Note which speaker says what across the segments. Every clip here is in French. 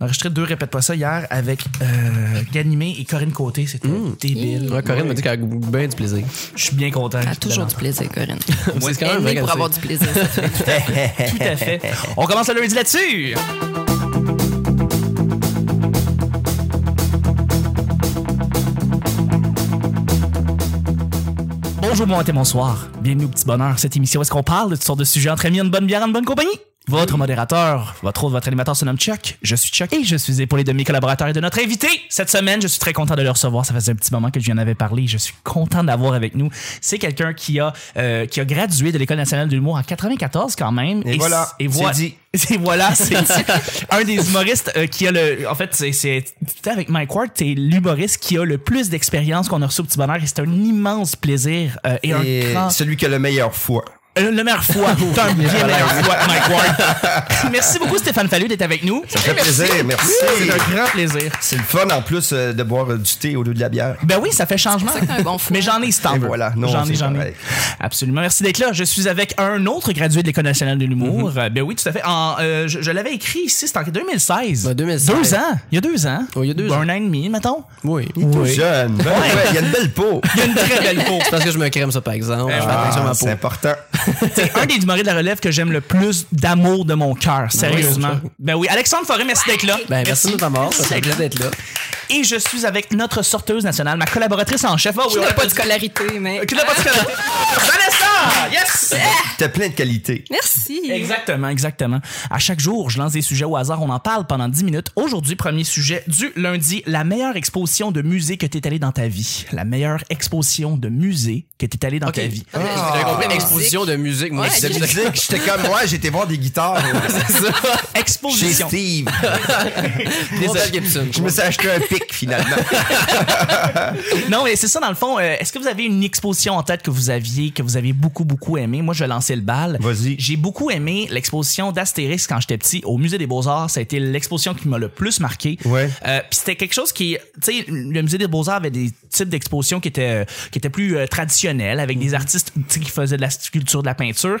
Speaker 1: enregistré deux Répète pas ça hier avec euh, Ganimé et Corinne Côté. C'était débile.
Speaker 2: Ouais, Corinne m'a dit qu'elle a bien du plaisir.
Speaker 1: Je suis bien content.
Speaker 3: Elle a Mm. Ah, toujours du
Speaker 1: évidemment.
Speaker 3: plaisir, Corinne.
Speaker 2: c'est quand
Speaker 3: Elle est
Speaker 2: même vrai
Speaker 3: née pour
Speaker 2: qu'elle
Speaker 3: avoir du plaisir. ça fait.
Speaker 1: Tout à fait. On commence le lundi là-dessus. Bonjour, bon matin, bonsoir. Bienvenue au Petit Bonheur. Cette émission, où est-ce qu'on parle de toutes sortes de sujets entre amis, en bonne bière, en bonne compagnie? Votre modérateur, votre autre, votre animateur se nomme Chuck. Je suis Chuck et je suis épaulé de mes collaborateurs et de notre invité. Cette semaine, je suis très content de le recevoir. Ça faisait un petit moment que je lui en avais parlé. Je suis content d'avoir avec nous. C'est quelqu'un qui a, euh, qui a gradué de l'École nationale de l'humour en 94 quand même.
Speaker 4: Et voilà,
Speaker 1: Et voilà.
Speaker 4: c'est dit.
Speaker 1: C'est voilà, c'est un des humoristes euh, qui a le. En fait, c'est- c'est t'es avec Mike Ward, t'es l'humoriste qui a le plus d'expérience qu'on a reçu au petit bonheur et c'est un immense plaisir euh, et,
Speaker 4: Et
Speaker 1: un grand.
Speaker 4: celui qui a le meilleur foie.
Speaker 1: Euh, le meilleur foie, t'as un bien meilleur foie, Mike Ward. Merci beaucoup Stéphane Fallu d'être avec nous.
Speaker 4: Ça fait plaisir, merci.
Speaker 1: C'est un grand plaisir.
Speaker 4: C'est le fun en plus euh, de boire euh, du thé au lieu de la bière.
Speaker 1: Ben oui, ça fait changement.
Speaker 3: C'est pour ça que t'as un bon foie.
Speaker 1: Mais j'en ai, c'est en
Speaker 4: Et
Speaker 1: veut.
Speaker 4: voilà. Non,
Speaker 1: j'en ai,
Speaker 4: c'est
Speaker 1: j'en ai.
Speaker 4: pareil.
Speaker 1: Absolument. Merci d'être là. Je suis avec un autre gradué de l'École nationale de l'humour.
Speaker 4: Mm-hmm.
Speaker 1: Euh, Ben oui, tout à fait. En, euh, je je l'avais écrit ici, c'était en 2016.
Speaker 2: Ben, 2016.
Speaker 1: Deux ans. Il y a deux ans.
Speaker 2: Oui, Oh, il y a deux
Speaker 1: Ben,
Speaker 2: ans.
Speaker 1: Un an et demi, mettons.
Speaker 2: Oui.
Speaker 4: Tout jeune. Ben ouais, il y a une belle peau.
Speaker 1: Il y a une très belle peau.
Speaker 2: C'est parce que je me crème ça, par exemple. je fais attention à
Speaker 4: Ah,
Speaker 2: ma peau.
Speaker 4: c'est important.
Speaker 1: C'est un des humoristes de la relève que j'aime le plus d'amour de mon cœur, sérieusement.
Speaker 2: c'est ça.
Speaker 1: Ben oui, Alexandre Forêt, merci d'être là.
Speaker 2: Ben, merci de ta mort. Ça fait plaisir d'être là.
Speaker 1: Et je suis avec notre sorteuse nationale, ma collaboratrice en chef. Oh, oui,
Speaker 3: Qui
Speaker 1: on
Speaker 3: n'a
Speaker 1: l'a
Speaker 3: pas de scolarité, mais.
Speaker 1: Qui n'a pas de scolarité. Vanessa! Yes!
Speaker 4: T'as plein de qualités.
Speaker 3: Merci.
Speaker 1: Exactement, exactement. À chaque jour, je lance des sujets au hasard, on en parle pendant 10 minutes. Aujourd'hui, premier sujet du lundi, la meilleure exposition de musée que t'es allé dans ta vie. La meilleure exposition de musée que t'es allé dans ta vie.
Speaker 3: Ah,
Speaker 2: J'avais compris
Speaker 3: musique.
Speaker 2: l'exposition de musique, moi.
Speaker 3: Ouais,
Speaker 2: je sais
Speaker 4: De
Speaker 3: j'ai-
Speaker 2: pas ce que
Speaker 4: musique, j'étais comme, ouais, j'étais voir des guitares euh,
Speaker 2: c'est ça.
Speaker 4: chez
Speaker 1: Exposition.
Speaker 4: Steve.
Speaker 2: Désolé, Gibson.
Speaker 4: Je me suis acheté un pic finalement.
Speaker 1: Non, mais c'est ça dans le fond. Euh, Est-ce que vous avez une exposition en tête que vous aviez, que vous avez beaucoup, beaucoup aimé? Moi, je vais lancer le bal.
Speaker 4: Vas-y.
Speaker 1: J'ai beaucoup aimé l'exposition d'Astérix quand j'étais petit au Musée des Beaux-Arts. Ça a été l'exposition qui m'a le plus marqué.
Speaker 4: Ouais.
Speaker 1: Euh, Puis c'était quelque chose qui, tu sais, le Musée des Beaux-Arts avait des types d'expositions qui étaient, qui étaient plus euh, traditionnels, avec
Speaker 4: Mhm.
Speaker 1: des artistes tu sais, qui faisaient de la sculpture, de la peinture.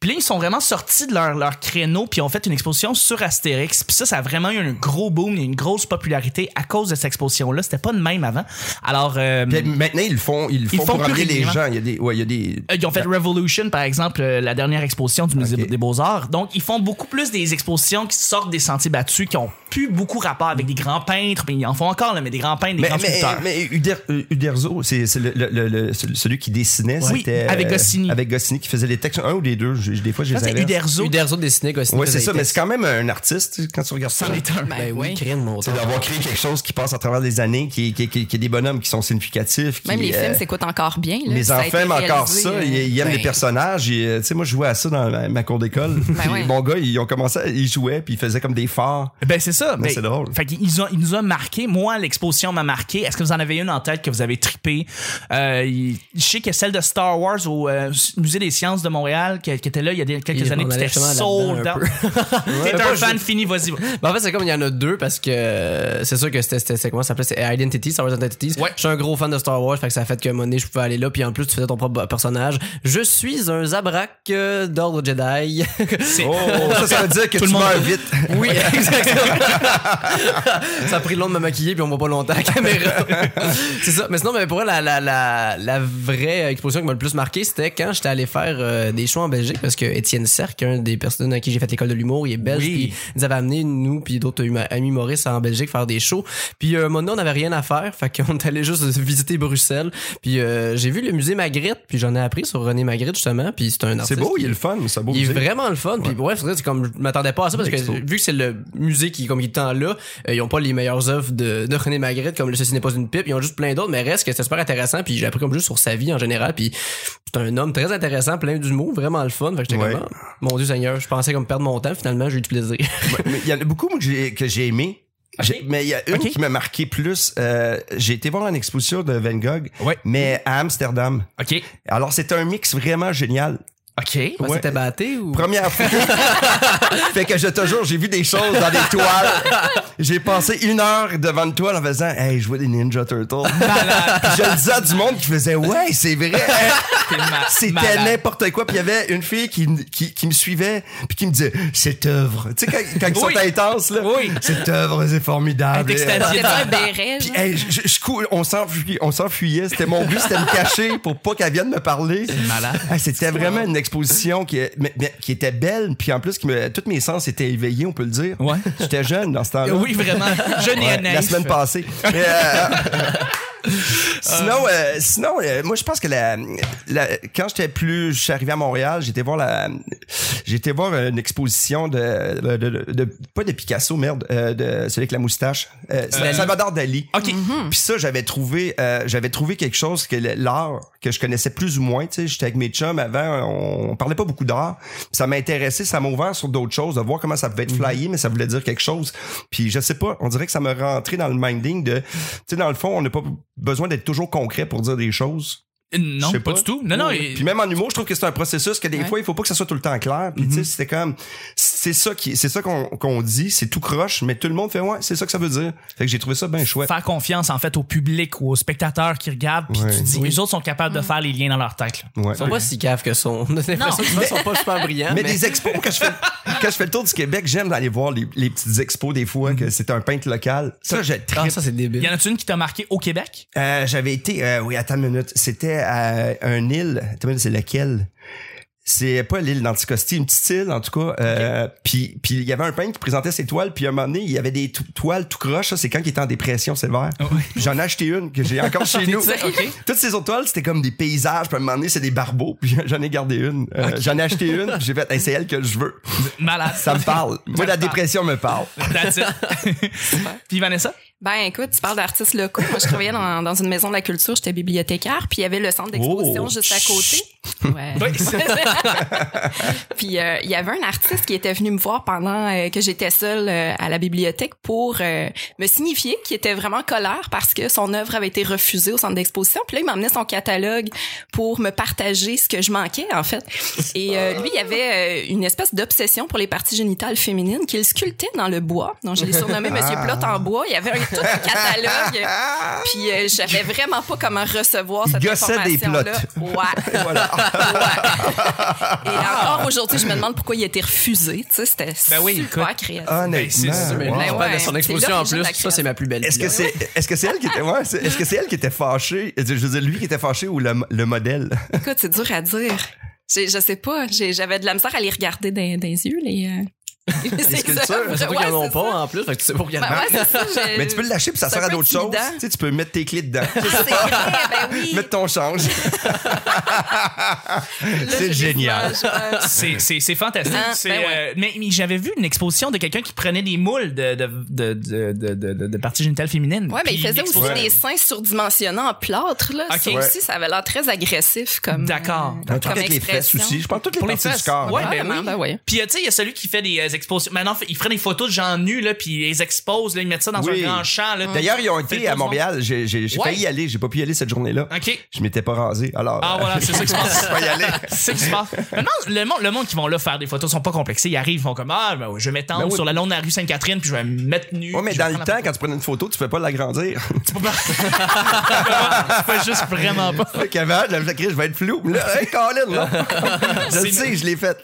Speaker 1: Puis là, ils sont vraiment sortis de leur, leur créneau, puis ont fait une exposition sur Astérix. Puis ça, ça a vraiment eu un gros boom et une grosse popularité à cause de cette exposition-là. C'était pas de même avant. Alors, euh,
Speaker 4: Puis maintenant, ils le font, ils le
Speaker 1: Ils
Speaker 4: font,
Speaker 1: font
Speaker 4: pour
Speaker 1: plus
Speaker 4: amener les
Speaker 1: régulièrement.
Speaker 4: gens. Il y a des. Ouais, il y a des.
Speaker 1: Euh, Ils ont fait Revolution, par exemple, euh, la dernière exposition du Musée
Speaker 4: Ok.
Speaker 1: des Beaux-Arts. Donc, ils font beaucoup plus des expositions qui sortent des sentiers battus, qui ont plus beaucoup rapport avec des grands peintres. mais Ils en font encore, là, mais des grands peintres, des
Speaker 4: Mais,
Speaker 1: grands
Speaker 4: mais,
Speaker 1: sculpteurs.
Speaker 4: mais Uder- euh, Uderzo, c'est c'est le- le- le- le- celui qui dessinait.
Speaker 1: Oui,
Speaker 4: c'était, euh,
Speaker 1: avec Goscinny.
Speaker 4: Avec Goscinny qui faisait les textes. Un ou les deux, je- des fois, je
Speaker 1: Là,
Speaker 4: les
Speaker 1: c'est
Speaker 4: inverse.
Speaker 1: Uderzo.
Speaker 2: Uderzo dessiné, quoi.
Speaker 4: Ouais, c'est ça, mais c'est quand même un artiste quand tu regardes ça.
Speaker 1: C'en est un.
Speaker 3: Ben
Speaker 2: Ben oui,
Speaker 3: oui.
Speaker 2: crème, mon
Speaker 4: C'est d'avoir créé quelque chose qui passe à travers les années, qui, qui, qui, qui est des bonhommes qui sont significatifs. qui,
Speaker 3: Même les
Speaker 4: euh,
Speaker 3: films s'écoutent encore bien. là.
Speaker 4: mes
Speaker 3: Ça a
Speaker 4: enfants
Speaker 3: été
Speaker 4: aiment encore
Speaker 3: réalisé,
Speaker 4: ça.
Speaker 3: euh,
Speaker 4: ils, ils aiment
Speaker 3: ben,
Speaker 4: les personnages. et, euh, Tu sais, moi, je jouais à ça dans ma, ma cour d'école. Puis
Speaker 3: ouais.
Speaker 4: Mon gars, ils ont commencé, à- ils jouaient, puis ils faisaient comme des phares.
Speaker 1: Ben c'est ça.
Speaker 4: Mais
Speaker 1: Ben,
Speaker 4: c'est drôle.
Speaker 1: Fait qu'ils ont, ils nous ont marqué. Moi, l'exposition m'a marqué. Est-ce que vous en avez une en tête que vous avez trippé Euh, il- Je sais que celle de Star Wars au euh, musée des sciences de Montréal qui, qui était là il y a des- quelques
Speaker 2: Il-
Speaker 1: années,
Speaker 2: on
Speaker 1: puis
Speaker 2: allait
Speaker 1: c'était
Speaker 2: justement
Speaker 1: sold
Speaker 2: là-dedans un
Speaker 1: out. T'es
Speaker 2: Moi,
Speaker 1: un
Speaker 2: je-
Speaker 1: fan fini, vas-y. va.
Speaker 2: Ben, en fait, c'est comme il y en a deux parce que euh, c'est sûr que c'était- c'était c'est comment ça s'appelait c'est Identity, Star Wars Identity.
Speaker 1: Ouais.
Speaker 2: Je suis un gros fan de Star Wars, fait que ça a fait que mon nez, je pouvais aller là, puis en plus, tu faisais ton propre personnage. Je suis un Zabrak euh, d'ordre Jedi.
Speaker 4: Oh, ça, ça veut dire que
Speaker 1: Tout le
Speaker 4: tu
Speaker 1: monde-
Speaker 4: meurs vite.
Speaker 2: oui, exactement. ça a pris long de me maquiller, puis on voit pas longtemps à la caméra. c'est ça. Mais sinon, ben, pour vrai, la, la, la, la vraie exposition qui m'a le plus marqué, c'était quand j'étais allé faire euh, des shows en Belgique, parce que Étienne Serc, un des personnes à qui j'ai fait l'école de l'humour, il est belge,
Speaker 1: Oui.
Speaker 2: puis ils avaient amené nous puis d'autres huma- amis Maurice en Belgique faire des shows. Puis euh, mon on n'avait rien à faire, fait qu'on est allé juste visiter Bruxelles. Puis euh, j'ai vu le musée Magritte, puis j'en ai appris sur René Magritte justement, puis c'est un
Speaker 4: C'est
Speaker 2: artiste
Speaker 4: beau,
Speaker 2: qui-
Speaker 4: il est le fun, c'est beau.
Speaker 2: il est
Speaker 4: musée.
Speaker 2: vraiment le fun. Puis ouais, c'est vrai, c'est comme je m'attendais pas à ça parce que
Speaker 4: Expo.
Speaker 2: vu que c'est le musée qui comme il est tant là, euh, ils ont pas les meilleures œuvres de, de René Magritte comme le ceci n'est pas une pipe, ils ont juste plein d'autres mais reste que c'est super intéressant puis j'ai appris comme juste sur sa vie en général puis c'est un homme très intéressant, plein d'humour, vraiment le fun. Fait que j'étais
Speaker 4: Ouais.
Speaker 2: comme, Ah, mon dieu Seigneur, je pensais comme perdre mon temps, finalement j'ai eu du plaisir.
Speaker 4: Mais il y en a beaucoup moi, que j'ai que j'ai aimé. J'ai- Mais il y a une
Speaker 1: Ok.
Speaker 4: qui m'a marqué plus. Euh, j'ai été voir une exposition de Van Gogh,
Speaker 1: Ouais.
Speaker 4: mais à Amsterdam.
Speaker 1: Ok.
Speaker 4: Alors, c'était un mix vraiment génial.
Speaker 1: OK.
Speaker 2: Ouais,
Speaker 4: Ouais.
Speaker 2: C'était batté ou.
Speaker 4: Première fois. fait que je te jure, j'ai vu des choses dans des toiles. J'ai passé une heure devant une toile en faisant Hey, je vois des Ninja Turtles. Puis je le disais à du monde qui faisait Ouais, c'est vrai. Hey,
Speaker 1: T'es ma-
Speaker 4: C'était
Speaker 1: malade.
Speaker 4: n'importe quoi. Puis il y avait une fille qui, qui, qui me suivait, puis qui me disait Cette œuvre. Tu sais, quand, quand ils sont
Speaker 1: Oui.
Speaker 4: intenses, là.
Speaker 1: Oui.
Speaker 4: Cette œuvre, c'est formidable.
Speaker 1: Elle est extasiée.
Speaker 3: C'était un béret.
Speaker 4: Puis,
Speaker 3: genre?
Speaker 4: hey, je- je- je cou- on s'enfuyait, on s'enfuyait. C'était mon but, c'était de me cacher pour pas qu'elle vienne me parler.
Speaker 1: malade.
Speaker 4: Ah, c'était vraiment une exposition qui, est- mais- mais- qui était belle, puis en plus, qui me, tous mes sens étaient éveillés, on peut le dire.
Speaker 1: Ouais.
Speaker 4: J'étais jeune dans ce temps-là.
Speaker 1: Oui, vraiment. Je n'ai
Speaker 4: Ouais,
Speaker 1: naïf.
Speaker 4: la semaine passée. Mais, euh, sinon, euh, sinon euh, moi, je pense que la, la- quand j'étais plus, je suis arrivé à Montréal, j'étais voir la, j'étais voir une exposition de, de, de- de- pas de Picasso, merde, euh, de celui avec la moustache, euh,
Speaker 1: Dali.
Speaker 4: Salvador Dali.
Speaker 1: OK.
Speaker 4: Puis ça, j'avais trouvé, euh, j'avais trouvé quelque chose que le- l'art que je connaissais plus ou moins. Tu sais, j'étais avec mes chums avant, on, on parlait pas beaucoup d'art. Puis Ça m'a intéressé, ça m'a ouvert sur d'autres choses, de voir comment ça pouvait être flyé, mais ça voulait dire quelque chose. Puis je sais pas, on dirait que ça me rentré dans le minding de, tu sais, dans le fond, on n'a pas besoin d'être toujours concret pour dire des choses.
Speaker 1: Euh, Non, pas,
Speaker 4: Je sais pas.
Speaker 1: du tout. Non, non. et-
Speaker 4: Puis même en humour, je trouve que c'est un processus que des
Speaker 3: Ouais.
Speaker 4: fois, il faut pas que ça soit tout le temps clair. Puis tu sais, c'était comme, c'est ça qui, c'est ça qu'on qu'on dit, c'est tout croche, mais tout le monde fait ouais, c'est ça que ça veut dire. Fait que j'ai trouvé ça bien chouette.
Speaker 1: Faire confiance en fait au public ou aux spectateurs qui regardent, puis
Speaker 4: Ouais.
Speaker 1: tu dis, les autres sont capables de
Speaker 2: Mm.
Speaker 1: faire les liens dans leur tête. là.
Speaker 4: Ouais.
Speaker 2: Ils sont pas si caves que son. On a l'impression qu'ils sont pas super brillants.
Speaker 4: Mais,
Speaker 2: Hein, Mais,
Speaker 4: des expos, quand je, fais, quand je fais le tour du Québec, j'aime aller voir les, les petites expos des fois, que c'est un peintre local. Ça, je
Speaker 2: Ah,
Speaker 4: trippe.
Speaker 2: ça, c'est débile.
Speaker 1: Y en a-tu une qui t'a marqué au Québec?
Speaker 4: Euh, J'avais été, euh, oui, attends une minute, c'était à un île, attends une minute, c'est laquelle c'est pas l'île d'Anticosti, une petite île en tout cas. Euh, Puis puis il y avait un peintre qui présentait ses toiles, puis à un moment donné, il y avait des to- toiles tout croche, ça, c'est quand il était en dépression sévère. Puis J'en ai acheté une que j'ai encore chez nous.
Speaker 1: Ok.
Speaker 4: Toutes ces autres toiles, c'était comme des paysages, puis à un moment donné, c'est des barbeaux, puis j'en ai gardé une. Euh, J'en ai acheté une, puis j'ai fait, Hey, c'est elle que je veux.
Speaker 1: Malade.
Speaker 4: Ça me parle. Moi,
Speaker 1: me
Speaker 4: la
Speaker 1: parle.
Speaker 4: dépression me parle.
Speaker 1: That's it. Puis Vanessa?
Speaker 3: Ben écoute, tu parles d'artistes locaux. Moi, je travaillais dans, dans une maison de la culture, j'étais bibliothécaire, puis il y avait le centre d'exposition
Speaker 4: Oh.
Speaker 3: juste à côté. Ouais.
Speaker 1: Oui.
Speaker 3: puis euh, il y avait un artiste qui était venu me voir pendant euh, que j'étais seule euh, à la bibliothèque pour euh, me signifier qu'il était vraiment en colère parce que son œuvre avait été refusée au centre d'exposition. Puis là, il m'emmenait son catalogue pour me partager ce que je manquais en fait. Et euh, lui, il avait euh, une espèce d'obsession pour les parties génitales féminines qu'il sculptait dans le bois. Donc je l'ai surnommé
Speaker 4: Ah.
Speaker 3: Monsieur Plot en bois. Il y avait un tout un catalogue. Puis euh, j'avais vraiment pas comment recevoir
Speaker 4: Il
Speaker 3: cette
Speaker 4: gossait des
Speaker 3: information-là.
Speaker 4: plots.
Speaker 3: Ouais.
Speaker 4: Voilà.
Speaker 3: Et encore aujourd'hui, je me demande pourquoi il a été refusé. Tu sais, c'était
Speaker 1: Ah! Ben oui,
Speaker 3: super
Speaker 1: écoute.
Speaker 3: créatif.
Speaker 4: Ah.
Speaker 1: Ben, c'est
Speaker 4: Honnêtement.
Speaker 1: sûr,
Speaker 2: Mais
Speaker 4: wow.
Speaker 2: là, je parle de
Speaker 3: C'est
Speaker 2: son
Speaker 3: là
Speaker 2: exposition
Speaker 3: que
Speaker 2: en
Speaker 3: les gens
Speaker 2: plus.
Speaker 3: la
Speaker 2: Ça, c'est ma plus belle.
Speaker 4: Est-ce que
Speaker 2: vie.
Speaker 4: c'est est-ce que c'est elle qui était ouais, c'est- est-ce que c'est elle qui était fâchée je veux dire lui qui était fâché ou le, le modèle
Speaker 1: Euh,
Speaker 3: Écoute, c'est dur à dire. J'ai- je sais pas. J'ai- J'avais de la misère à les regarder dans, dans les yeux, les. euh, les
Speaker 4: sculptures,
Speaker 3: œuvres.
Speaker 2: Mais Surtout
Speaker 3: Ouais,
Speaker 2: qu'ils en ont
Speaker 3: c'est
Speaker 2: pas en plus. Fait que tu sais pas
Speaker 3: ça. Ben
Speaker 2: regarder.
Speaker 3: ouais, c'est ça. j'ai-
Speaker 4: mais tu peux le lâcher puis ça
Speaker 3: C'est
Speaker 4: sert
Speaker 3: un
Speaker 4: à
Speaker 3: peu
Speaker 4: d'autres choses
Speaker 3: intimidant.
Speaker 4: tu sais tu peux mettre tes clés dedans
Speaker 3: Ah, c'est vrai, ben oui.
Speaker 4: mettre ton change
Speaker 3: Là, j'ai
Speaker 4: c'est
Speaker 3: des
Speaker 4: génial
Speaker 3: images, euh, ouais.
Speaker 1: C'est, c'est, c'est fantastique.
Speaker 3: Hein,
Speaker 1: C'est,
Speaker 3: ben ouais.
Speaker 1: euh, mais, mais j'avais vu une exposition de quelqu'un qui prenait des moules de, de, de, de, de, de- de parties génitales féminines.
Speaker 3: Ouais, mais
Speaker 1: Puis
Speaker 3: il faisait aussi
Speaker 1: l'exposition-
Speaker 3: des seins surdimensionnants en plâtre, là.
Speaker 1: Ok.
Speaker 3: Ça
Speaker 1: Ouais.
Speaker 3: aussi, ça avait l'air très agressif comme.
Speaker 1: D'accord.
Speaker 3: euh,
Speaker 4: Dans
Speaker 3: comme
Speaker 4: toutes les fesses
Speaker 3: expression.
Speaker 4: aussi je pense toutes les
Speaker 1: Pour les
Speaker 4: parties
Speaker 1: fesses,
Speaker 4: du corps
Speaker 1: ouais.
Speaker 4: hein.
Speaker 1: ben
Speaker 3: Vraiment,
Speaker 1: oui.
Speaker 3: ben oui.
Speaker 1: Puis euh, tu sais, il y a celui qui fait des euh, expositions. Maintenant, il ferait des photos de gens nus, là, puis il les expose, là, ils mettent ça dans
Speaker 4: Oui.
Speaker 1: un grand champ. Là,
Speaker 4: d'ailleurs ils ont été
Speaker 1: Fais-le
Speaker 4: à
Speaker 1: tout le monde.
Speaker 4: Montréal j'ai j'ai- j'ai
Speaker 1: Ouais.
Speaker 4: failli y aller j'ai pas pu y aller cette journée là
Speaker 1: OK.
Speaker 4: je m'étais pas rasé alors
Speaker 1: Ah,
Speaker 4: euh,
Speaker 1: voilà, c'est ça qui se passe.
Speaker 4: je peux pas y aller
Speaker 1: C'est ce qui se passe. Maintenant, le monde, le monde qui vont là faire des photos sont pas complexés. Ils arrivent, ils font comme Ah, ben, ouais, je vais m'étendre
Speaker 4: Ben oui.
Speaker 1: sur la longue de la rue Sainte-Catherine, puis je vais me mettre nu.
Speaker 4: ouais mais
Speaker 1: puis
Speaker 4: dans
Speaker 1: je vais
Speaker 4: le
Speaker 1: prendre
Speaker 4: temps quand tu prenais une photo tu peux pas l'agrandir
Speaker 1: la photo. C'est pas juste vraiment pas.
Speaker 4: Fait qu'avant, je l'avais écrit, je vais être flou. Mais Là, hey, Colin, là. Je le sais, je l'ai fait.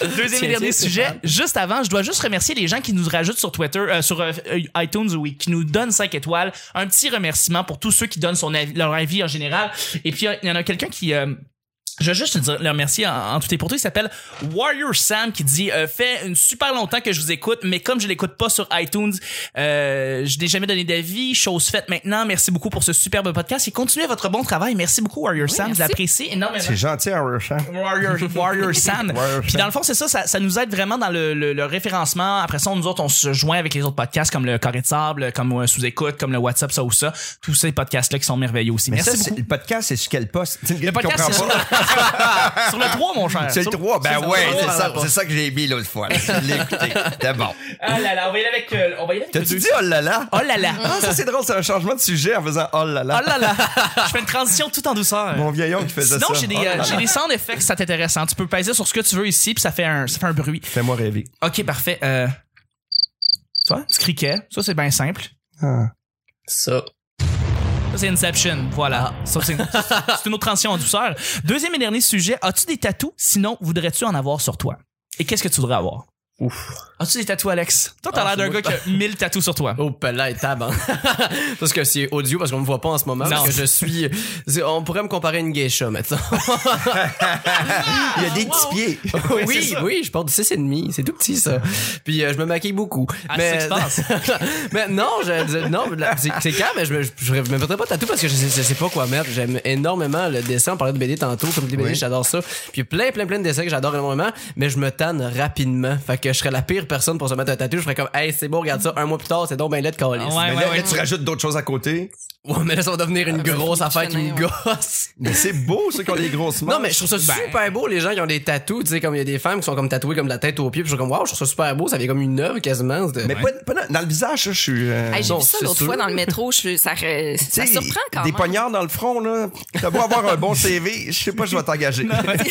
Speaker 1: Deuxième et
Speaker 2: Tiens,
Speaker 1: dernier
Speaker 2: tiens,
Speaker 1: sujet. Juste avant, je dois juste remercier les gens qui nous rajoutent sur Twitter, euh, sur euh, iTunes, oui, qui nous donnent 5 étoiles. Un petit remerciement pour tous ceux qui donnent son avis- leur avis en général. Et puis, euh, il y en a quelqu'un qui... euh, je veux juste te dire- le remercier en, en tout et pour tout. Il s'appelle Warrior Sam qui dit euh, fait une super longtemps que je vous écoute, mais comme je l'écoute pas sur iTunes, euh, je n'ai jamais donné d'avis. Chose faite maintenant. Merci beaucoup pour ce superbe podcast et continuez votre bon travail. Merci beaucoup Warrior Sam, je
Speaker 3: merci.
Speaker 1: l'apprécie énormément.
Speaker 4: C'est gentil, Irish. champ.
Speaker 1: Warrior, Warrior San.
Speaker 4: Warrior
Speaker 1: Puis
Speaker 4: San.
Speaker 1: dans le fond, c'est ça, ça, ça nous aide vraiment dans le, le- le référencement. Après ça, nous autres, on se joint avec les autres podcasts comme le Carré de Sable, comme euh, Sous-Écoute, comme le WhatsApp, ça ou ça. Tous ces podcasts-là qui sont merveilleux aussi.
Speaker 4: Mais
Speaker 1: Merci
Speaker 4: ça, c'est-
Speaker 1: beaucoup.
Speaker 4: le podcast, c'est sur quel poste? Tu sais,
Speaker 1: Le
Speaker 4: gars qui
Speaker 1: podcast,
Speaker 4: comprend
Speaker 1: c'est
Speaker 4: pas.
Speaker 1: Sur le 3, mon cher.
Speaker 4: C'est le
Speaker 1: Sur-
Speaker 4: 3.
Speaker 1: sur
Speaker 4: Ben
Speaker 1: le
Speaker 4: ouais,
Speaker 1: trois.
Speaker 4: c'est ça, c'est ça que j'ai mis l'autre fois. là. Je l'ai écouté. C'était bon.
Speaker 1: Ah là là, on va y aller avec, euh, on va y aller avec le
Speaker 4: T'as-tu
Speaker 1: deux.
Speaker 4: dit oh là là?
Speaker 1: Oh là là.
Speaker 4: Ah, ça c'est drôle, c'est un changement de sujet en faisant oh là là.
Speaker 1: Oh là là. Je fais une transition tout en douceur.
Speaker 4: Mon vieil oncle qui faisait
Speaker 1: Sinon,
Speaker 4: ça.
Speaker 1: j'ai des,
Speaker 4: Oh là
Speaker 1: euh,
Speaker 4: là.
Speaker 1: j'ai des sound effects, ça t'intéresse. hein. Tu peux peser sur ce que tu veux ici, puis ça fait un, ça fait un bruit.
Speaker 4: Fais-moi rêver.
Speaker 1: Ok, parfait. Euh, toi, tu criquet. Ça, c'est bien simple.
Speaker 4: Ah.
Speaker 2: Ça.
Speaker 1: Ça, c'est Inception. Voilà. Ça, c'est c'est une autre transition en douceur. Deuxième et dernier sujet. As-tu des tatous? Sinon, voudrais-tu en avoir sur toi? Et qu'est-ce que tu voudrais avoir?
Speaker 2: Ouf.
Speaker 1: As-tu des tatous, Alex? Toi, t'as
Speaker 2: Ah,
Speaker 1: l'air
Speaker 2: c'est
Speaker 1: d'un
Speaker 2: moi.
Speaker 1: gars qui a 1000 tatous sur toi.
Speaker 2: Oh, là et tab, hein. Parce que c'est audio, parce qu'on me voit pas en ce moment.
Speaker 1: Non.
Speaker 2: Parce que je suis. c'est- On pourrait me comparer à une geisha maintenant.
Speaker 4: Il y a des
Speaker 1: Ah,
Speaker 4: petits pieds.
Speaker 1: c'est
Speaker 2: oui,
Speaker 1: ça.
Speaker 2: oui, je porte du 6,5. C'est tout petit, ça. Puis euh, je me maquille beaucoup.
Speaker 1: Ah, c'est ça qui
Speaker 2: mais non, je, non mais là, c'est c'est calme, mais je, me- je, je me mettrais pas de tatou parce que je, sais- je sais pas quoi mettre. J'aime énormément le dessin. On parlait de BD tantôt, comme des BD,
Speaker 4: Oui.
Speaker 2: j'adore ça. Puis plein, plein, plein de dessins que j'adore énormément, mais je me tanne rapidement. Fait que je serais la pire personne pour se mettre un tatou. Je ferais comme, hey, c'est beau, regarde ça. Un mois plus tard, c'est donc ben laid de calice.
Speaker 1: Ouais,
Speaker 4: Mais
Speaker 1: ouais,
Speaker 4: là,
Speaker 1: ouais.
Speaker 4: là, tu rajoutes d'autres choses à côté.
Speaker 2: Ouais, mais là, ça va devenir une
Speaker 3: Ah, ben,
Speaker 2: grosse
Speaker 3: faut
Speaker 2: affaire qui me
Speaker 3: fonctionner,
Speaker 2: gosse.
Speaker 4: Mais c'est beau, ceux qui ont des grosses mains.
Speaker 2: Non, mais je trouve ça super beau, les gens qui ont des tatous. Tu sais, comme il y a des femmes qui sont comme tatouées comme de la tête aux pieds. Puis je suis comme, waouh, je trouve ça super beau. Ça vient comme une œuvre quasiment. de-
Speaker 4: Mais pas, pas dans, dans le visage, là, je suis. euh,
Speaker 3: Hey, j'ai
Speaker 2: non,
Speaker 3: vu ça
Speaker 2: c'est
Speaker 3: l'autre
Speaker 2: sûr.
Speaker 3: fois dans le métro, je, suis- ça, re-
Speaker 4: tu
Speaker 3: ça
Speaker 4: sais,
Speaker 3: surprend quand
Speaker 4: Des
Speaker 3: même.
Speaker 4: poignards dans le front, là. T'as beau avoir un bon CV, je sais pas, je vais t'engager.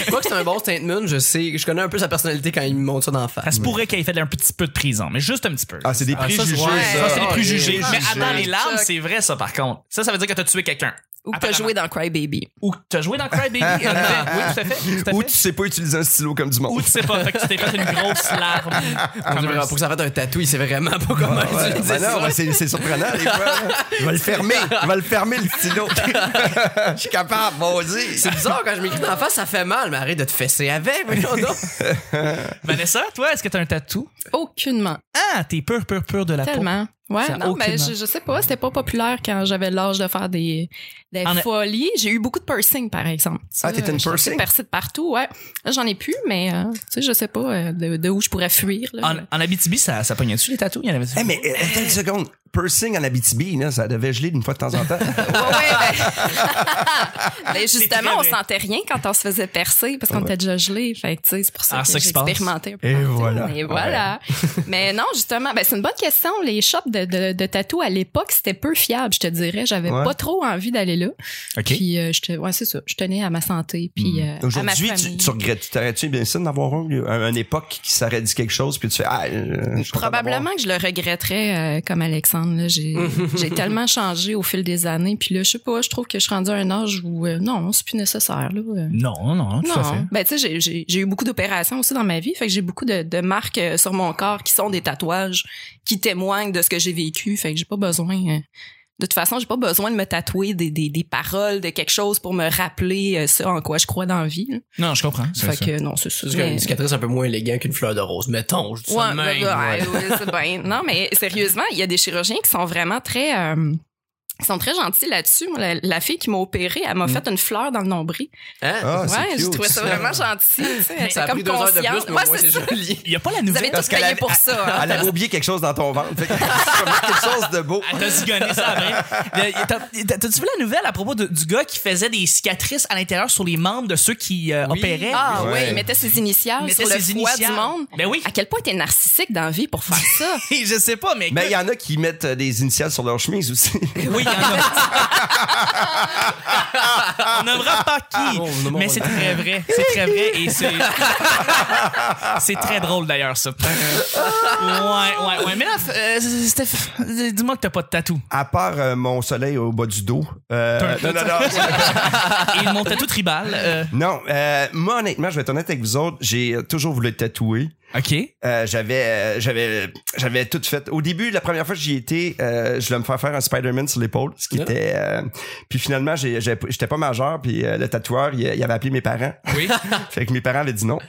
Speaker 2: Quoi que c'est un bon statement, je sais, je connais un peu sa personnalité quand il me montre ça d'en
Speaker 1: Ça
Speaker 2: face.
Speaker 1: se pourrait qu'il ait fait un petit peu de prison, mais juste un petit peu.
Speaker 4: Ah, c'est des
Speaker 2: Ah, ça,
Speaker 4: préjugés,
Speaker 2: c'est- ouais,
Speaker 4: ça.
Speaker 1: Ça, c'est des
Speaker 2: Ah,
Speaker 1: préjugés.
Speaker 2: les
Speaker 1: Mais
Speaker 4: préjugés.
Speaker 1: attends, les larmes,
Speaker 3: Chuck.
Speaker 1: c'est vrai, ça, par contre. Ça, ça veut dire que t'as tué quelqu'un.
Speaker 3: Ou que t'as joué dans Cry Baby.
Speaker 1: Ou que t'as joué dans Cry Baby. euh, oui, tout à fait. tout à
Speaker 4: Ou
Speaker 1: fait.
Speaker 4: tu sais pas utiliser un stylo comme du
Speaker 1: Ou
Speaker 4: monde.
Speaker 1: tu sais pas, fait que tu t'es fait une grosse larme.
Speaker 2: On
Speaker 1: Comme
Speaker 2: dirait,
Speaker 1: un-
Speaker 2: pour que ça fasse un tatou, il sait vraiment pas comment
Speaker 4: Ouais,
Speaker 2: utiliser
Speaker 4: ben
Speaker 2: ça.
Speaker 4: non, ben c'est c'est surprenant, des fois. Je vais le fermer. Je vais le fermer, le stylo. Je suis capable, Ah, maudit.
Speaker 2: C'est bizarre quand je m'écris d'en face, ça fait mal, mais arrête de te fesser avec. voyons donc.
Speaker 1: Vanessa, toi, est-ce que t'as un tatou?
Speaker 3: Aucunement.
Speaker 1: Ah, t'es pur, pur, pur de la peau.
Speaker 3: Tellement. Ouais,
Speaker 1: Ça,
Speaker 3: non, mais
Speaker 1: aucunement.
Speaker 3: je, je sais pas, c'était pas populaire quand j'avais l'âge de faire des, des
Speaker 1: En-
Speaker 3: folies. J'ai eu beaucoup de piercing, par exemple. Ça,
Speaker 4: Ah, t'étais une
Speaker 3: j'ai
Speaker 4: piercing?
Speaker 3: été percée de partout, ouais. Là, j'en ai plus, mais euh, tu sais, je sais pas euh, de, de où je pourrais fuir. là.
Speaker 1: En, en Abitibi, ça, ça pognait-tu les tatous? Il y en avait
Speaker 4: Eh, mais euh, attends une seconde. Pursing en Abitibi, là, ça devait geler d'une fois de temps en temps.
Speaker 3: Ouais, ouais, ben- ben,
Speaker 1: très
Speaker 3: justement, on
Speaker 1: vrai.
Speaker 3: sentait rien quand on se faisait percer parce qu'on était déjà gelé. Fait que, tu sais, c'est pour ça
Speaker 1: Ah,
Speaker 3: que
Speaker 1: ça
Speaker 3: j'ai
Speaker 1: qui se passe.
Speaker 3: expérimenté un peu.
Speaker 4: Et
Speaker 3: partout.
Speaker 4: voilà.
Speaker 3: Et voilà. Mais non, justement, ben, c'est une bonne question. Les shops de, de, de tatou à l'époque, c'était peu fiable, je te dirais. J'avais
Speaker 4: Ouais.
Speaker 3: pas trop envie d'aller là.
Speaker 1: OK. Hmm.
Speaker 3: Puis, euh, je te, ouais, c'est ça. Je tenais à ma santé. Puis, euh, à ma
Speaker 4: Aujourd'hui, tu,
Speaker 3: famille.
Speaker 4: tu regrettes, t'aurais-tu bien ça d'avoir un, un- une époque qui s'arrête dit quelque chose, puis tu fais, ah, euh, je suis content
Speaker 3: Probablement que je le regretterais euh, comme Alexandre. là. J'ai j'ai tellement changé au fil des années. Puis là, je sais pas, je trouve que je suis rendue à un âge où euh, non, c'est plus nécessaire. Là. Euh,
Speaker 1: Non, non, tout à fait.
Speaker 3: Non. Ben, tu sais, j'ai- j'ai- j'ai eu beaucoup d'opérations aussi dans ma vie. Fait que j'ai beaucoup de, de marques euh, sur mon corps qui sont des tatouages qui témoignent de ce que j'ai vécu. Fait que j'ai pas besoin. euh, de toute façon, j'ai pas besoin de me tatouer des, des, des paroles, de quelque chose pour me rappeler euh, ce en quoi je crois dans la vie. là.
Speaker 1: Non, je comprends. c'est
Speaker 3: Fait
Speaker 1: ça.
Speaker 3: que non, c'est ça.
Speaker 2: C'est juste comme
Speaker 3: Mais-
Speaker 2: une cicatrice un peu moins élégante qu'une fleur de rose, mettons. Je dis ça de
Speaker 3: Ouais,
Speaker 2: même,
Speaker 3: ouais,
Speaker 2: ouais.
Speaker 3: ouais, ouais, c'est bien. Non, mais sérieusement, il y a des chirurgiens qui sont vraiment très. euh, qui sont très gentils là-dessus. Moi, La, la fille qui m'a opéré, elle
Speaker 1: Mm.
Speaker 3: m'a fait une fleur dans le nombril.
Speaker 2: Hein?
Speaker 4: Ah, c'est
Speaker 3: ouais, j'ai
Speaker 4: cute,
Speaker 3: trouvé ça
Speaker 4: ça.
Speaker 3: vraiment gentil. tu sais. Elle
Speaker 2: ça a
Speaker 3: était
Speaker 2: pris
Speaker 3: comme
Speaker 2: deux heures de plus,
Speaker 3: consciente.
Speaker 2: mais au
Speaker 3: Ouais,
Speaker 2: moins,
Speaker 3: c'est
Speaker 2: c'est
Speaker 3: ça.
Speaker 2: joli.
Speaker 1: Il y a pas la
Speaker 3: Vous
Speaker 1: nouvelle.
Speaker 3: avez tout
Speaker 4: qu'elle
Speaker 3: payé
Speaker 4: avait-
Speaker 3: pour ça.
Speaker 4: d'avoir-
Speaker 3: hein.
Speaker 4: Elle avait oublié quelque chose dans ton ventre. Fait que c'est comme quelque chose de beau.
Speaker 1: Elle t'a Ah, zigonné ça après. Le- t'as- t'as- T'as-tu vu la nouvelle à propos de- du gars qui faisait des cicatrices à l'intérieur sur les membres de ceux qui euh,
Speaker 2: Oui.
Speaker 1: opéraient?
Speaker 3: Ah
Speaker 4: Ouais.
Speaker 3: oui, il mettait ses initiales
Speaker 1: Il mettait
Speaker 3: sur le
Speaker 1: ses
Speaker 3: foie
Speaker 1: initiales.
Speaker 3: du monde.
Speaker 1: Ben oui.
Speaker 3: À quel point t'es narcissique dans la vie pour faire ça?
Speaker 1: je sais pas, mais.
Speaker 4: Mais Ben, il y en a qui mettent euh, des initiales sur leur chemise aussi.
Speaker 1: Oui, il y en a. on nommera pas qui.
Speaker 2: Bon, on nommera
Speaker 1: mais
Speaker 2: pas.
Speaker 1: c'est très vrai. C'est très vrai et c'est. c'est très drôle d'ailleurs, ça. Ouais, ouais, ouais. Mais là, euh, Steph, dis-moi que t'as pas de tatou.
Speaker 4: À part euh, mon soleil au bas du dos. euh, non, non, non.
Speaker 1: Et mon tatou tribal. euh,
Speaker 4: Non, euh, moi, honnêtement, je vais être honnête avec vous autres, j'ai euh, toujours voulu être tatoué.
Speaker 1: OK.
Speaker 4: Euh, j'avais euh, j'avais j'avais tout fait au début la première fois que j'y étais euh, je voulais me faire faire un Spider-Man sur l'épaule ce qui
Speaker 2: Yeah.
Speaker 4: était euh, puis finalement j'ai- j'ai- j'étais pas majeur puis euh, le tatoueur il, il avait appelé mes parents
Speaker 1: Oui.
Speaker 4: fait que mes parents avaient dit non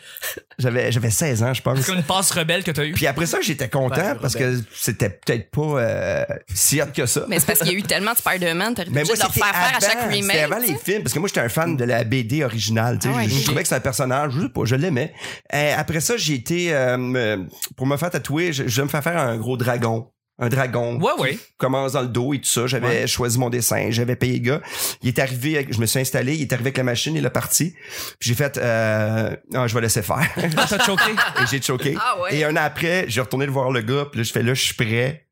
Speaker 4: j'avais j'avais 16 ans je pense
Speaker 1: C'est comme une passe rebelle que t'as eue.
Speaker 4: puis après ça j'étais content
Speaker 2: Ben,
Speaker 4: parce que c'était peut-être pas euh, si hot que ça
Speaker 3: Mais c'est parce qu'il y a eu tellement de Spider-Man, t'aurais
Speaker 4: mais
Speaker 3: obligé
Speaker 4: moi,
Speaker 3: de leur
Speaker 4: c'était
Speaker 3: faire faire à
Speaker 4: avant,
Speaker 3: chaque
Speaker 4: C'était avant
Speaker 3: remake. tu
Speaker 4: les
Speaker 3: sais.
Speaker 4: films, parce que moi, j'étais un fan de la BD originale. tu sais.
Speaker 3: Ah ouais,
Speaker 4: je, je
Speaker 3: ok.
Speaker 4: trouvais que c'est un personnage, je sais pas, je l'aimais. Euh, après ça, j'ai été, euh, me- pour me faire tatouer, je, je voulais me faire faire un gros dragon. un dragon
Speaker 1: Ouais, ouais.
Speaker 4: commence dans le dos et tout ça. J'avais choisi mon dessin, j'avais payé le gars. Il est arrivé, avec- je me suis installé, il est arrivé avec la machine, il est parti. Puis j'ai fait, euh, non, je vais laisser faire.
Speaker 1: Ah, T'as choqué.
Speaker 4: et j'ai choqué.
Speaker 3: Ah ouais.
Speaker 4: Et un an après, j'ai retourné le voir le gars, puis là, je fais là, je suis prêt.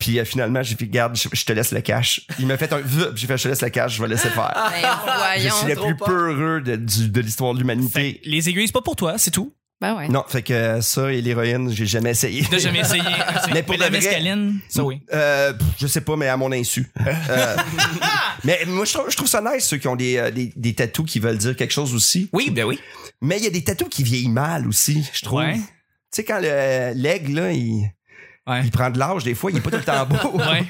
Speaker 4: Puis euh, finalement, j'ai fait, garde, je, je te laisse le cash. Il m'a fait un, vup, puis j'ai fait, je te laisse le cash, je vais laisser faire.
Speaker 3: Ben,
Speaker 4: Je
Speaker 3: voyons.
Speaker 4: suis le
Speaker 2: trop
Speaker 4: plus
Speaker 2: pas.
Speaker 4: peureux de, du- de l'histoire de l'humanité.
Speaker 1: Les aiguilles, c'est pas pour toi, c'est tout.
Speaker 3: Ben ouais.
Speaker 4: Non, fait que euh, ça et l'héroïne, j'ai jamais essayé.
Speaker 1: T'as jamais essayé.
Speaker 4: Mais pour
Speaker 1: la
Speaker 4: de vrai-
Speaker 1: mescaline, ça oui.
Speaker 4: Euh, pff, je sais pas, mais à mon insu. Euh, mais moi, je trouve, je trouve ça nice, ceux qui ont des, euh, des, des tatous qui veulent dire quelque chose aussi.
Speaker 1: Oui, ben oui.
Speaker 4: Mais il y a des tatous qui vieillissent mal aussi, je trouve.
Speaker 1: Ouais.
Speaker 4: Tu sais, quand le- l'aigle, là, il,
Speaker 1: Ouais.
Speaker 4: il prend de l'âge, des fois, il est pas tout le temps beau.
Speaker 1: Ouais.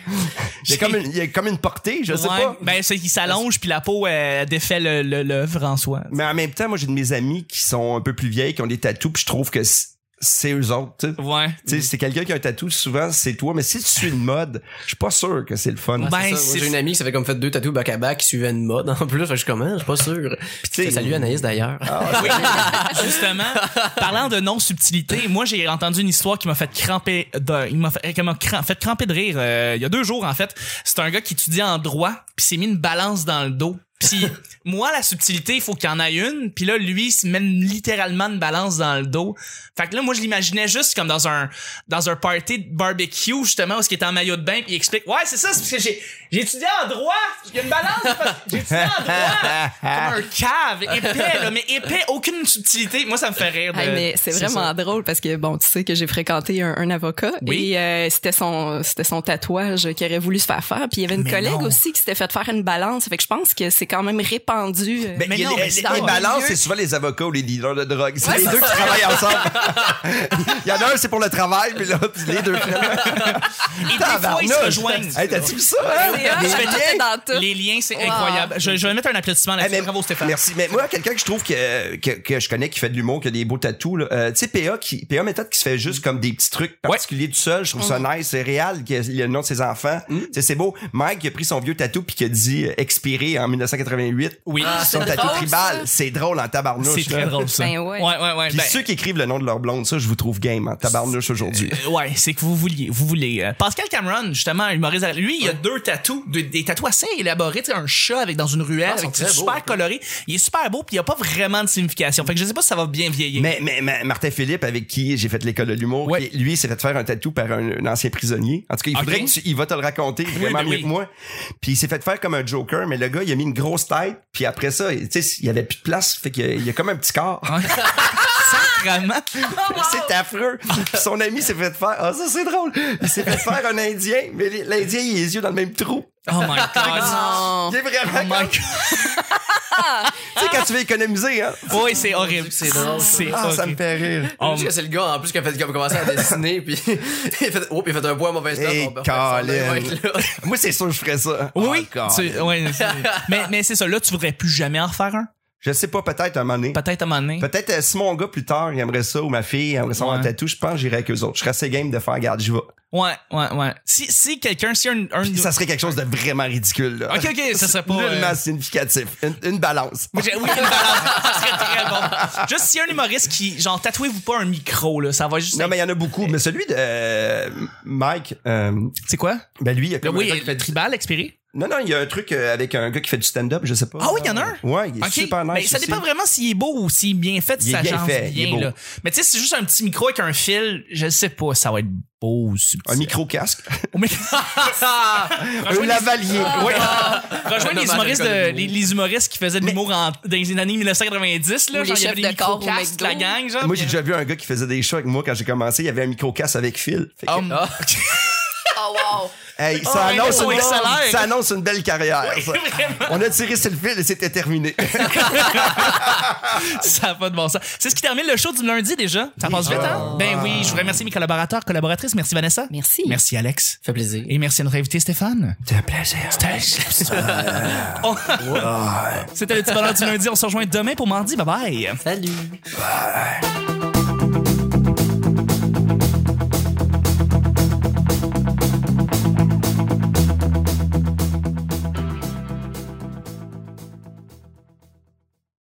Speaker 4: Il, y a comme une, il y a comme une portée, je sais
Speaker 1: Ouais.
Speaker 4: pas.
Speaker 1: Ben, c'est qu'il s'allonge, puis la peau euh, défait le- le- l'œuvre en soi.
Speaker 4: Mais en même temps, moi, j'ai de mes amis qui sont un peu plus vieilles, qui ont des tatous, puis je trouve que c- c'est eux autres, tu sais.
Speaker 1: Ouais.
Speaker 4: Tu sais, c'est quelqu'un qui a un tatou, souvent, c'est toi. Mais si tu suis une mode, je suis pas sûr que c'est le fun.
Speaker 1: Ouais.
Speaker 2: Ah, C'est
Speaker 1: Ben,
Speaker 2: ça. Moi,
Speaker 1: c'est-
Speaker 2: J'ai une amie qui s'avait comme fait deux tatous back à back qui suivait une mode en plus. Fait que Je suis comme, hein, je suis pas sûr.
Speaker 4: tu sais-
Speaker 2: Salut Anaïs d'ailleurs.
Speaker 1: Ah, Justement, parlant de non-subtilité, moi j'ai entendu une histoire qui m'a fait cramper de, il m'a fait, qui m'a cram- fait cramper de rire euh, il y a deux jours en fait. C'est un gars qui étudie en droit puis s'est mis une balance dans le dos. Puis moi la subtilité, il faut qu'il y en ait une. Puis là lui il se met littéralement une balance dans le dos. Fait que là moi je l'imaginais juste comme dans un dans un party de barbecue justement où ce qui était en maillot de bain puis il explique "Ouais, c'est ça, c'est parce que j'ai j'ai étudié en droit, il y a une balance parce que j'ai étudié en droit."
Speaker 3: Ah.
Speaker 1: comme un cave, épais, là, mais épais, aucune subtilité. Moi, ça me fait rire. de-
Speaker 3: Hey,
Speaker 4: euh,
Speaker 3: mais c'est vraiment
Speaker 1: ça.
Speaker 3: drôle parce que bon, tu sais que j'ai fréquenté un, un avocat
Speaker 1: Oui.
Speaker 3: et euh, c'était son c'était son tatouage qu'il aurait voulu se faire faire. Puis il y avait une
Speaker 1: Mais
Speaker 3: collègue
Speaker 1: non.
Speaker 3: aussi qui s'était fait faire une balance. Fait que je pense que c'est quand même répandu. euh,
Speaker 4: Ben,
Speaker 1: Mais
Speaker 4: il y a
Speaker 1: non,
Speaker 4: les,
Speaker 1: mais c'est
Speaker 4: les-
Speaker 1: dans
Speaker 4: les
Speaker 1: le
Speaker 4: balances,
Speaker 1: milieu.
Speaker 4: c'est souvent les avocats ou les dealers de drogue. C'est les deux qui travaillent ensemble. il y en a un, c'est pour le travail, puis l'autre, les deux.
Speaker 1: Et des fois, ils se rejoignent.
Speaker 4: Hey, t'as vu ça? hein?
Speaker 3: c'est un,
Speaker 4: Les
Speaker 3: je
Speaker 4: liens?
Speaker 3: mettais dans tout.
Speaker 1: Les liens, c'est
Speaker 3: Wow.
Speaker 1: incroyable. Je, je vais mettre un applaudissement
Speaker 4: Eh,
Speaker 1: là-dessus.
Speaker 4: mais-
Speaker 1: Bravo, Stéphane.
Speaker 4: Merci. Mais moi, quelqu'un que je trouve que, que, que je connais qui fait de l'humour, qui a des beaux tatous, là, euh, tu sais, PA, qui, PA méthode qui se fait juste comme des petits trucs particuliers tout seul, je trouve ça nice. C'est réel, qu'il y a le nom de ses enfants.
Speaker 1: Mm.
Speaker 4: Tu sais, c'est beau. Mike qui a pris son vieux tatou puis qui a dit euh, expiré en 1988.
Speaker 1: Oui.
Speaker 3: Ah,
Speaker 4: Son
Speaker 3: c'est
Speaker 4: tatou
Speaker 3: drôle,
Speaker 4: tribal,
Speaker 3: ça.
Speaker 4: c'est drôle en tabarnouche.
Speaker 1: c'est très
Speaker 4: là.
Speaker 1: drôle, ça.
Speaker 3: Ben ouais.
Speaker 1: ouais, ouais. ouais.
Speaker 4: Puis
Speaker 1: Ben,
Speaker 4: ceux qui écrivent le nom de leur blonde, ça, je vous trouve game en tabarnouche aujourd'hui.
Speaker 1: euh, ouais, c'est que vous vouliez, vous voulez. euh, Pascal Cameron, justement, humoriste, lui, il a deux tatous, deux- des tatous assez élaborés, tu sais, un chat avec dans une ruelle,
Speaker 2: Ah, ils sont
Speaker 1: avec- c'est
Speaker 2: très beaux.
Speaker 1: super coloré. Il est super beau, puis il y a pas vraiment de signification. Fait que je sais pas si ça va bien vieillir.
Speaker 4: Mais, mais, mais Martin Philippe, avec qui j'ai fait l'école de l'humour,
Speaker 1: Ouais.
Speaker 4: qui, lui, s'est fait faire un tatou par un, un ancien prisonnier. En tout cas, il
Speaker 1: Ok.
Speaker 4: faudrait que tu- il va te le raconter vraiment
Speaker 1: ben
Speaker 4: mieux
Speaker 1: oui.
Speaker 4: que moi. Puis il s'est fait faire comme un joker, mais le gars, il a mis une grosse tête. Puis après ça, il- tu sais, il y avait plus de place. Fait qu'il y a- il y a comme un petit corps.
Speaker 1: Ah. Sacrement.
Speaker 4: C'est affreux. Puis son ami s'est fait faire, ah, ça, c'est drôle. Il s'est fait faire un Indien, mais l'Indien, il a les yeux dans le même trou.
Speaker 1: Oh my god.
Speaker 3: Non.
Speaker 4: Il est vraiment
Speaker 1: Oh my
Speaker 4: comme- Tu sais, quand tu veux économiser, hein.
Speaker 1: Oui, c'est horrible.
Speaker 2: C'est drôle.
Speaker 1: C'est
Speaker 4: Ah, ça me
Speaker 1: horrible.
Speaker 4: fait rire.
Speaker 1: Oh,
Speaker 2: Parce que c'est le gars en plus qui a fait comme commencé à dessiner puis il a fait oh, puis il a fait un poids
Speaker 1: Eh,
Speaker 2: mauvaise note.
Speaker 4: Hey,
Speaker 2: bon, ben, personne va être là.
Speaker 4: Moi, c'est sûr que je ferais ça.
Speaker 1: Oui,
Speaker 4: Oh, God.
Speaker 1: tu- ouais, c'est- mais, mais c'est ça, là, tu voudrais plus jamais en refaire un?
Speaker 4: Je sais pas, peut-être un moment donné.
Speaker 1: Peut-être à un moment donné.
Speaker 4: Peut-être euh, si mon gars plus tard, il aimerait ça, ou ma fille aimerait ça avoir un
Speaker 1: Ouais.
Speaker 4: tatou, je pense que j'irais avec eux autres. Je serais assez game de faire garde, j'y vais.
Speaker 1: Ouais, ouais, ouais. Si, si quelqu'un, si un, un-
Speaker 4: Puis ça serait quelque chose de vraiment ridicule, là.
Speaker 1: Ok, ok, ça serait pas, euh,
Speaker 4: Nullement significatif. Une, une balance.
Speaker 1: Oui, j'ai- oui, une balance. Ça serait très bon. Juste si un humoriste qui, genre, tatouez-vous pas un micro, là, ça va juste.
Speaker 4: Non, mais il y en a beaucoup. Mais celui de euh, Mike, euh,
Speaker 1: C'est quoi?
Speaker 4: ben lui, il y a comme un
Speaker 1: oui,
Speaker 4: gars qui
Speaker 1: le
Speaker 4: fait du-
Speaker 1: tribal expiré.
Speaker 4: Non, non, il y a un truc euh, avec un gars qui fait du stand-up, je sais pas.
Speaker 1: Ah oui, il y en a un?
Speaker 4: Ouais, il est
Speaker 1: Ok,
Speaker 4: super nice.
Speaker 1: mais ça
Speaker 4: aussi.
Speaker 1: dépend vraiment s'il est beau ou s'il est bien fait, si
Speaker 4: Il est
Speaker 1: ça
Speaker 4: bien
Speaker 1: change
Speaker 4: fait, il est
Speaker 1: bien,
Speaker 4: beau.
Speaker 1: là. Mais tu sais, c'est juste un petit micro avec un fil, je sais pas, ça va être beau ou subtil.
Speaker 4: Un micro-casque.
Speaker 1: Oh, mais-
Speaker 4: Un
Speaker 1: Rejoignez-
Speaker 4: lavalier.
Speaker 1: Oui. Rejoignez ah, les
Speaker 2: Dommage,
Speaker 1: humoristes,
Speaker 2: école
Speaker 1: de-
Speaker 2: d'humour.
Speaker 1: les, les humoristes qui faisaient de l'humour en- dans les années 1990. Là,
Speaker 3: Ou les
Speaker 1: genre, il y
Speaker 3: chefs
Speaker 1: avait des
Speaker 3: de corps au
Speaker 1: micro-castes,
Speaker 3: McDo.
Speaker 1: la gang, genre.
Speaker 4: Moi, j'ai déjà vu un gars qui faisait des shows avec moi quand j'ai commencé. Il y avait un micro-casque avec fil. Fait que-
Speaker 1: Oh, mon-
Speaker 3: Oh wow.
Speaker 4: Hey, ça,
Speaker 1: Oh, un
Speaker 4: annonce
Speaker 1: gros
Speaker 4: une,
Speaker 1: salaire.
Speaker 4: ça annonce une belle carrière. ça. On a tiré sur le fil et c'était terminé.
Speaker 1: Ça n'a pas de bon sens. C'est ce qui termine le show du lundi déjà. Ça passe vite,
Speaker 4: Oh.
Speaker 1: hein? Ben oui, je voudrais remercier mes collaborateurs, collaboratrices. Merci Vanessa.
Speaker 3: Merci.
Speaker 1: Merci Alex.
Speaker 2: Fait plaisir.
Speaker 1: Et merci à notre invité Stéphane.
Speaker 4: C'était un plaisir.
Speaker 1: On- C'était le petit bonheur du lundi. On se rejoint demain pour mardi. Bye bye.
Speaker 2: Salut.